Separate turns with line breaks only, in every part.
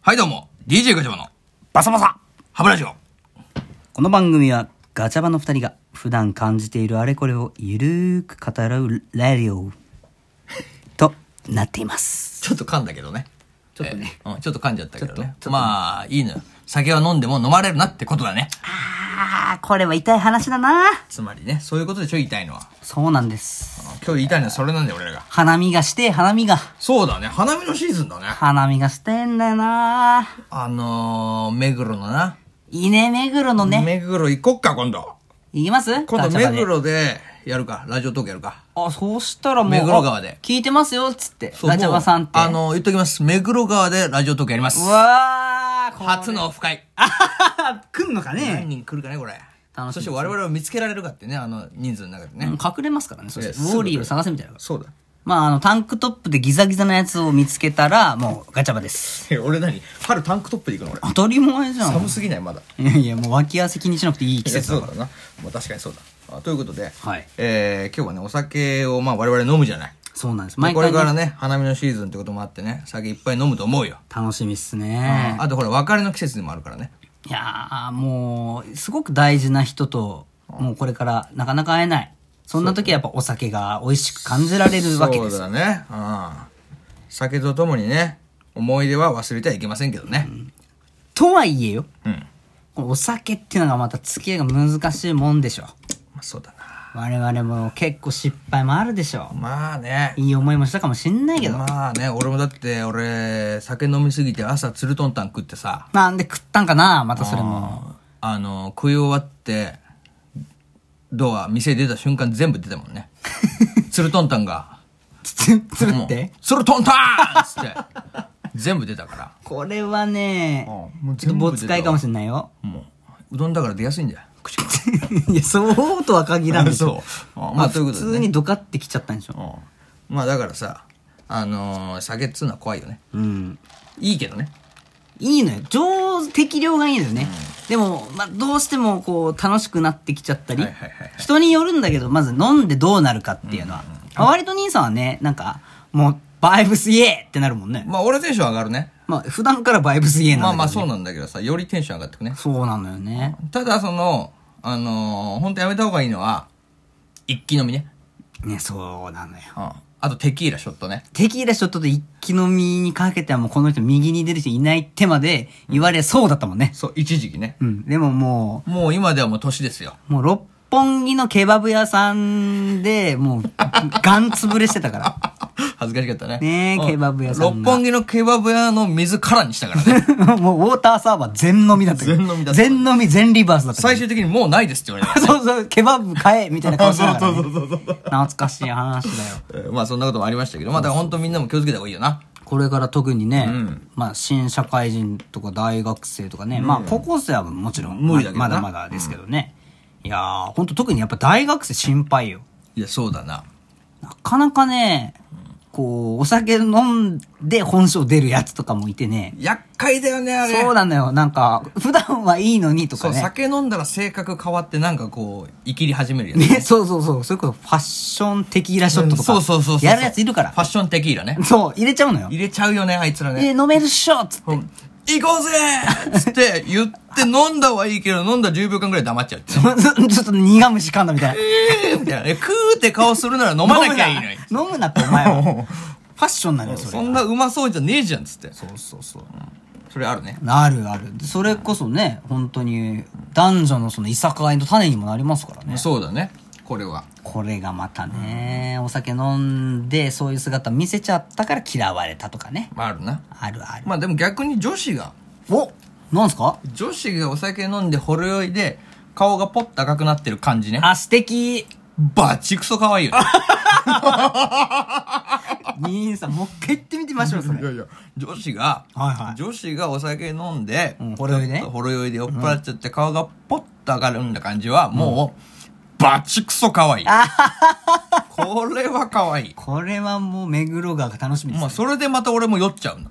はいどうも、DJ ガチャバの
バサバサ
ハブラジオ。
この番組はガチャバの二人が普段感じているあれこれをゆるーく語らうラジオとなっています。
ちょっと噛んだけどね。
ちょっとね
えー。うん、ちょっと噛んじゃったけどね。
ちょっと
まあ、いいのよ。酒は飲んでも飲まれるなってことだね。
あー、これは痛い話だな
つまりね、そういうことでしょ、言いたいのは。
そうなんです。
今日言いたいのはそれなんだよ、俺らが。
花見がして、花見が。
そうだね、花見のシーズンだね。
花見がしてんだよな
あのー、目黒のな。
いいね、目黒のね。
目黒行こっか、今度。
いきます
今
ガ
度
チャバ
目
で
黒でやるか、ラジオトークやるか。
あ、そうしたらもう。
目黒川で
あ聞いてますよ、つって。
そう
ガチャバさんって。
もうあ、のー、言っときます。目黒川でラジオトークやります
う。わー、これ
初。のオフ会。
あははは、来んのかね
何人来るかね、これ。
楽しみ
そして我々を見つけられるかってね、あの、人数の中でね。
うん隠れますからね、そして。
ええ
ウォーリーを探せみたいな。
そうだ。
まあ、あの、タンクトップでギザギザのやつを見つけたら、もうガチャバです。
え俺何春タンクトップで行くの俺
当たり前じゃん。
寒すぎないまだ
いやいや、もう脇汗気にしなくていい季
季節
節だ
そう
か
だ
ら。
な、まあ、確かにそうだあということで、
はい
えー今日はねお酒をまあ我々飲むじゃない
そうなんです。毎
こ
回、
れから
ね、
ね花見のシーズンってこともあってね酒いっぱい飲むと思うよ、
楽しみっすね。
あとほら別れの季節でもあるからね
いやー、もう、すごく大事な人と、もうこれからなかなか会えない。そんな時はやっぱお酒が美味しく感じられるわけで
そう
す。
だねうん酒とともにね思い出は忘れてはいけませんけどね
とはいえよ、
うん、ま
このお酒っていうのがまた付き合いが難しいもんでしょ。
あ、そうだな
我々も結構失敗もあるでしょ。
まあね
いい思いもしたかもしんないけど。
まあね俺もだって俺酒飲みすぎて朝ツルトンタン食ってさ
なんで食ったんかなまたそれも。
あの食い終わってドア店出た瞬間全部出たもん ねつるとんたんが
つ、つる
も
っ
う
て
つるとんたんっつって全部出たから
これはね
うんもう、
ちょっと
全部
棒
出た
使いかもしれないよ。
もううどんだから出やすいんだよ口か
いや、そうとは限らんでしょ。
そうあま
ま
あ
あ、
ということ
普
でね
通にドカってきちゃったんでしょ。
うんまあだからさあのー酒っつうのは怖いよね
うん。
いいけどね
いいのよ。上、適量がいいのよね。でも、まあ、どうしても、こう、楽しくなってきちゃったり
はいはいはいはい、
人によるんだけど、まず飲んでどうなるかっていうのは。まあ割と兄さんはね、なんか、もう、バイブスイエーってなるもんね。
まあ俺テンション上がるね
まあ、普段からバイブスイエー
ま
な
あ
ん
ま
だ
あ
けどね。
そうなんだけどさよりテンション上がってくね
そうなのよね。
ただそのあのー、本当やめた方がいいのは一気飲みね、
ね、そうなのよ。
うん、あとテキーラショットね
テキーラショットと一気飲みにかけてはもうこの人右に出る人いないってまで言われそうだったもんね。
そう、一時期ね。
うん。でもも
もう今ではもう年ですよ。
う、もう六本木のケバブ屋さんで、もう、 ガン潰れしてたから。
恥ずかしかったね。
ねえ
うん
ケバブ屋さんが
六本木のケバブ屋の水からにしたからね。
もうウォーターサーバー全飲みだったよ
全飲みだった
全飲み、全リバースだったよ。
最終的にもうないですって言われた
そうそう、ケバブ買えみたいな顔してたから、ね。
そうそうそうそう
懐かしい話だよ。
えーまあそんなこともありましたけど、まあだから本当みんなも気をつけた方がいいよな。
これから特にね、
ん
まあ新社会人とか大学生とかね、まあ高校生はもちろん
無理だけどな
ままだまだですけどね、いやー本当特にやっぱ大学生心配よ
いや、そうだな。
なかなかね、こうお酒飲んで本性出るやつとかもいてね
厄介だよね、あれ。
そうなのよなんか普段はいいのにと
そ
か
う、
ね
酒飲んだら性格変わってなんかこう、生きり始めるやつ。
ねそうそうそうそれこそファッションテキーラショットとか、
そうそうそうそう。
やるやついるから
ファッションテキーラね。
そう入れちゃうのよ、
入れちゃうよね、あいつらね。
え飲めるっしょっつって
うん行こうぜ っつって言って飲んだはいいけど、飲んだ10秒間ぐらい黙っちゃうっていう。
ちょっと苦虫噛んだみたいな
えーみたいなね。クーって顔するなら飲まなきゃいい のに。
飲むな飲むなって お前はファッションなのよそれ
そんなうまそうじゃねえじゃんっつって。
そうそうそう
それあるね。
なるあるそれこそね本当に男女のそのいさかいの種にもなりますからね
そうだね。これは。
これがまたねお酒飲んでそういう姿見せちゃったから嫌われたとかね
まああるな。
あるある
まあでも逆に女子が、
おなんすか
女子がお酒飲んでほろ酔いで、顔がポッと赤くなってる感じね。
あ素敵
バチクソ可愛いよね。
兄さんもう一回言ってみてみましょう それ
いや。女子が、
はいはい
女子がお酒飲んで、
うんほろ酔いね
ちょっとほろ酔いで酔っ払っちゃって顔がポッと上がるんな感じは、もう、バチクソ可愛い。これは可愛い。
これはもう目黒川が楽しみで
まあ、
す、
それでまた俺も酔っちゃうんだ。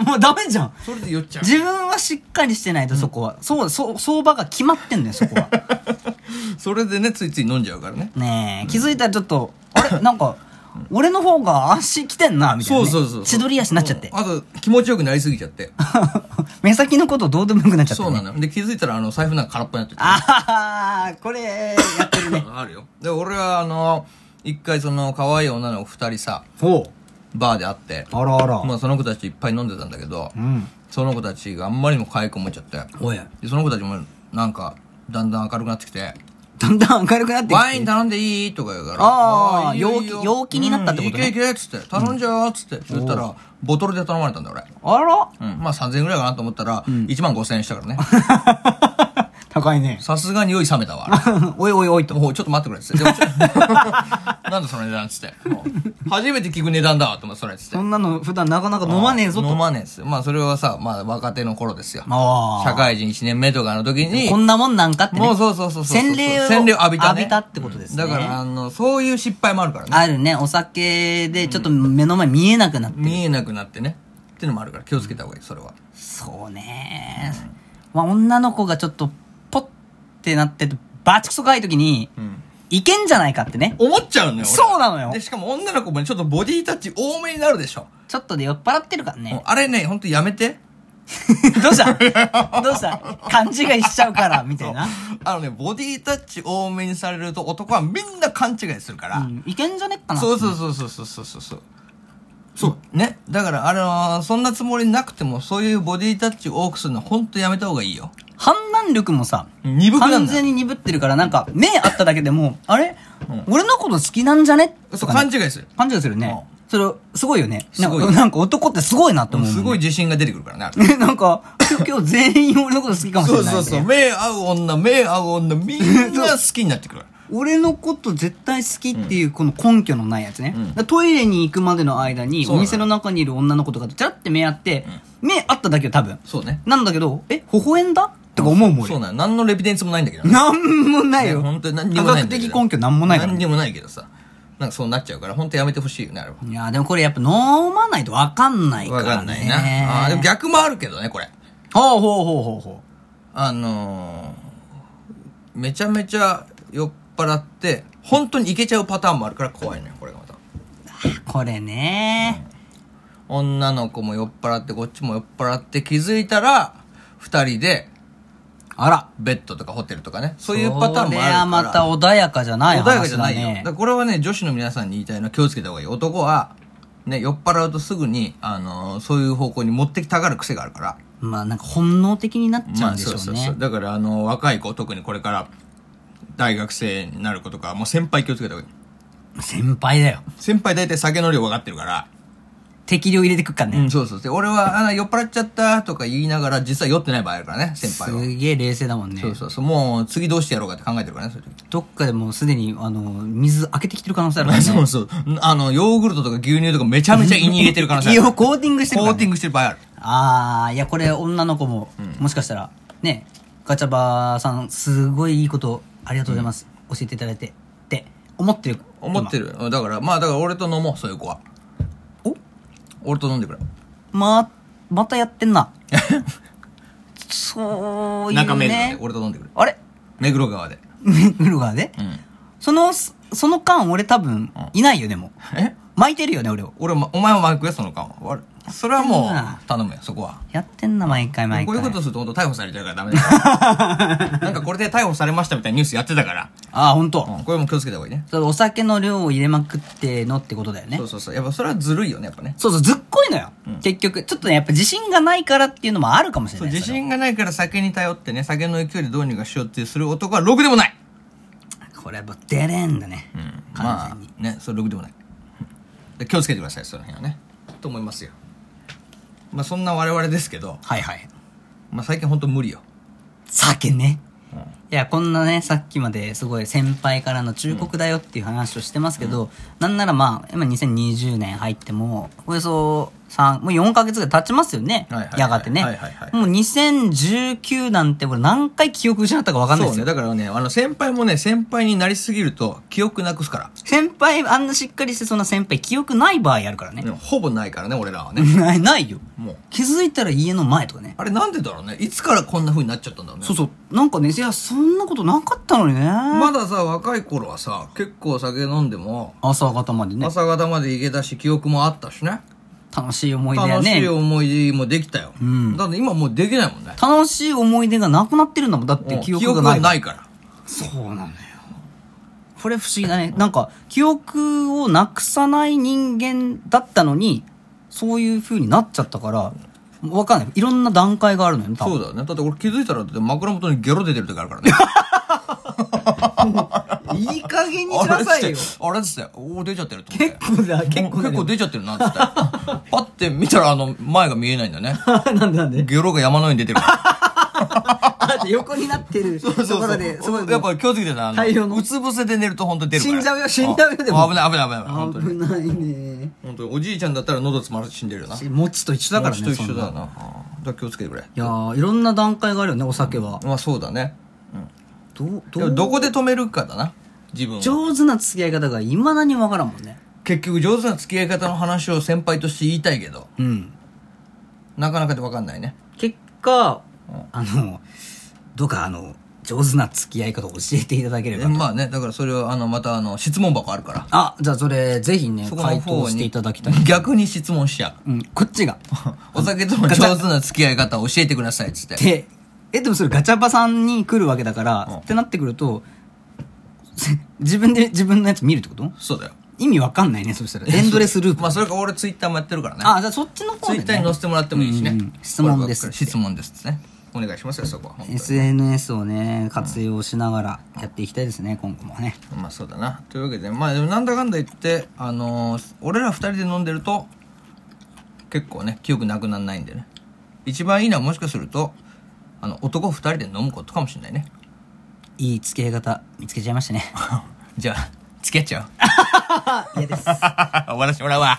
もうダメじゃん
それで酔っちゃう。
自分はしっかりしてないとそこは、そうそう相場が決まってんのよそこは
それでね、ついつい飲んじゃうからね。
ねえ、気づいたらちょっと、あれなんか、俺の方が足来てんな、みたいな、ね。
そうそうそう
千鳥足になっちゃって。
あと気持ちよくなりすぎちゃって
目先のことどうでもよくなっちゃった、ね。
そうなのよで気づいたらあの財布なんか空っぽになってて
ああ、これ、や ってるね。
あるよで俺はあの一回その可愛い女の子二人さ
ほう。
バーで会って
あらあら。
まあ、その子たちいっぱい飲んでたんだけど、
うん。
その子たちがあんまりにも可愛く思っちゃって
おい。
でその子たちもなんかだんだん明るくなってきて
だんだん明るくなってきて。
ワイン頼んでいいとか言うから。
あー
ーいいよいいよ
陽気陽気になったってことね
うんいけいけっつって、頼んじゃうっつって。そしたら、ボトルで頼まれたんだよ、俺。
あら
うん。まあ3000円ぐらいかなと思ったら、1万5000円したからね。
高いね。
さすがに酔い冷めたわ。あれ
おいおいおいと。
もうちょっと待ってくれっつって。でもちょ なんだその値段っつって。もう初めて聞く値段だわと思って、それっつって
そ。んなの普段なかなか飲まねえぞ
飲
と。
まねえっすよ。まあそれはさ、まあ若手の頃ですよ。
あー
社会人1年目とかの時に
こ、んなもんなんかって、ね。
もうそうそうそうそう。
洗礼を
洗礼を浴びたね。
浴びたってことですね
だから、あの、そういう失敗もあるからね。
あるね、お酒でちょっと目の前見えなくなってる。
見えなくなってねってのもあるから気をつけた方がいいそれは
そうね、まあ、女の子がちょっと、ポッてなってて、バチクソかい時に、
ん
いけんじゃないかってね。
思っちゃうのよ俺
そうなのよ
でしかも女の子もねちょっとボディタッチ多めになるでしょ、
ちょっとで酔っ払ってるから
もう
ね。
あれねほんとやめて
ど うしたどうした勘違いしちゃうから、みたいな。
あのねボディタッチ多めにされると男はみんな勘違いするから、
うんいけんじゃねっかな。
そうそうそうそうそうそうそうそうそうねだからあのーそんなつもりなくてもそういうボディタッチ多くするのはほんとやめた方がいいよ
判断力もさ、
鈍くなんだよ
完全に鈍ってるから、なんか、目あっただけでも、あれ、俺のこと好きなんじゃね
そ
と
う
か
勘
ね、
違いする
勘違いするね。それ、すごいよね。
すごい
なんかなんか男ってすごいなって思うもん
す
ね、
ごい自信が出てくるからねあれ
え なんか、今日今日全員俺のこと好きかもしれ
そ
な
う
い、
そう
ね。
そう目合う女目合う女みんな好きになって くる
俺のこと絶対好きっていうこの根拠のないやつね、だからトイレに行くまでの間に
そう
お
だね
店の中にいる女の子とかとチャラって目合って、目合っただけよ多分
そうね
なんだけどえ微笑んだとか思うもん
そう
俺
なの何のレビデンスもないんだけどね
なんもないよ、
本当に何に
科
もない
学
んだけど
的根拠なんもないから
何にもないけどさなんかそうなっちゃうから本当やめてほしいよねあれはい
やでもこれやっぱ飲まないと分かんないから
分
ね
かんないなあーでも逆もあるけどねこれ
ほうほうほうほうほ
あのー、めちゃめちゃ酔っ払って本当にいけちゃうパターンもあるから怖いねこれがまた
うこれね、
女の子も酔っ払ってこっちも酔っ払って気づいたら二人で
あら
ベッドとかホテルとかねそういうパターンもあるから
これはまた穏やかじゃない
穏
話だ、ね、
やかじゃないよ。だからこれはね、女子の皆さんに言いたいのは気をつけた方がいい。男は、ね、酔っ払うとすぐに、あのーそういう方向に持ってきたがる癖があるから。
まあなんか本能的になっちゃうんでしょうね、
だから、あのー若い子、特にこれから、大学生になる子とか、もう先輩気をつけた方がいい。
先輩だよ
先輩大体酒の量分かってるから。
適量入れてくっから
う
ね、
ん、そうそう。で、俺は、あー酔っ払っちゃったとか言いながら、実は酔ってない場合あるからね、先輩は。
すげえ冷静だもんね
そうそうそう。もう、次どうしてやろうかって考えてるからね、そう いう時。
どっかでもうすでにあの水開けてきてる可能性あるからね
そうそう。あの、ヨーグルトとか牛乳とかめちゃめちゃ胃に入れてる可能性あ
胃
る。
をコーティングしてる
コ
か
ー
ら、ね、
ティングしてる場合ある。
ああいやこれ女の子も、もしかしたらねガチャバさんすごいいいことありがとうございます、教えていただいてって思ってる
思ってるだからまあだから俺と飲もうそういう子は
お
俺と飲んでくれ
ままたやってん なそういうね
中目黒で俺と飲んでくれ
あれ
目黒川で
目黒川で、
うん
そのその間俺多分いないよでも
え
巻いてるよね俺を
俺まお前もマイクやその間は悪それはも
やってんな
う頼むよそこは
やってんな毎回毎回
こういうことすると本当逮捕されちゃうからダメだよ なんかこれで逮捕されましたみたいなニュースやってたから、
ああ本当。
うん、これも気をつけた方がいいね
それお酒の量を入れまくってのってことだよね
そうそうそうやっぱそれはずるいよねやっぱね
そうそうずっこいのよ、結局ちょっとねやっぱ自信がないからっていうのもあるかもしれ
そ
な
う
い
自
それ
信がないから酒に頼ってね酒の勢いでどうにかしようってする男はろくでもない、
これはもう出れんだね、
ま
完
あ
全に
ねそれろくでもないで気をつけてくださいその辺はねと思いますよまあそんな我々ですけど、
はいはい
まあ、最近ほんと無理よ
酒ね、いやこんなねさっきまですごい先輩からの忠告だよっていう話をしてますけど、なんならまあ今2020年入ってもおよそ3、もう4ヶ月ぐらい経ちますよね。
はいはいはい
やがてね。
はいはいはい
もう2019なんて俺何回記憶失ったか分かんない
そ
で
う
す
ね
よ。
だからねあの先輩もね先輩になりすぎると記憶なくすか
先輩、あんなしっかりしてそんな先輩、記憶ない場合やるから
ら、
ね
ね。ほぼないからね俺らはね
ない、ないよ。
もう
気づいたら家の前とかね。
あれなんでだろうねいつからこんな風になっちゃったんだろうね
そうそう。なんかね、いや、そんなことなかったのにね。
まださ若い頃はさ結構酒飲んでも
朝方までね。
朝方まで行けたし記憶もあったしね
楽しい思い出や
楽
ね。
しい思い出もできたよ、だって今もうできないもんね
楽しい思い出がなくなってるんだもん。だって
うん
記憶がない。
ないから
そうなのよ。これ不思議だね。なんか、記憶をなくさない人間だったのに、そういう風になっちゃったから、わかんない。いろんな段階があるのよね、多
そ
分
うだよねだって俺気づいたらだって枕元にゲロ出てる時ある からね
いい加減にし
あ
な
れ
さいよ。
あれっつっておお出ちゃってると思っ
結
て
構だ、結構だ
結構出ちゃってるなっつって パッて見たらあの前が見えないんだよね
なんでなんで
ゲロが山のように出てる
あ、で横になってるところで、すごい。
やっぱり気をつけてなあ
大量の
うつ伏せで寝ると本当に出るから
死んじゃうよ死んじゃうよでも
あ危ない危ない危ない本当に
危ないね。
本当におじいちゃんだったら喉詰まるし死んでるよな
もちと一緒だからね。
人一緒
そん
だ
な
よなうんだから気をつけてくれ
いやーいろんな段階があるよね、お酒は。
まあそうだね
どう、
で
ど
も
う
どこで止めるかだな自分を
上手な付き合い方がいまだにわからんもんね。
結局上手な付き合い方の話を先輩として言いたいけど
うん。
なかなかで分かんないね
結果、あの、どうかあの、上手な付き合い方を教えていただけれ
え
ば。
まあねだからそれはあのまたあの質問箱あるから
あ、じゃあそれ、ぜひね、
そこの
回
方
答して
に
いただきたい。
逆に質問し ちゃう
うん、こっちが。
お酒との上手な付き合い方を教えてくださいっつって
で、え、でもそれガチャバさんに来るわけだから、
うん
ってなってくると、せ自分で自分のやつ見るってこと
そうだよ
意味わかんないね、そしたら。エンドレスループ。
まあそれか俺ツイッターもやってるからね
あ、じゃあそっちの方
ツイ
で、
ッターに
ね
載、せてもらってもいいしね、
うんうん質問ですって
質問ですってねお願いしますよそこは本当に
SNS をね、活用しながらやっていきたいですね、今後もね。
まあそうだなというわけでまあでもなんだかんだ言ってあのー俺ら二人で飲んでると結構ね記憶なくならないんでね一番いいのはもしかするとあの男二人で飲むことかもしれないね
いい付き合い方見つけちゃいましたね。
じゃあ付き合っちゃ
嫌です。
おう終わらしてもらうわ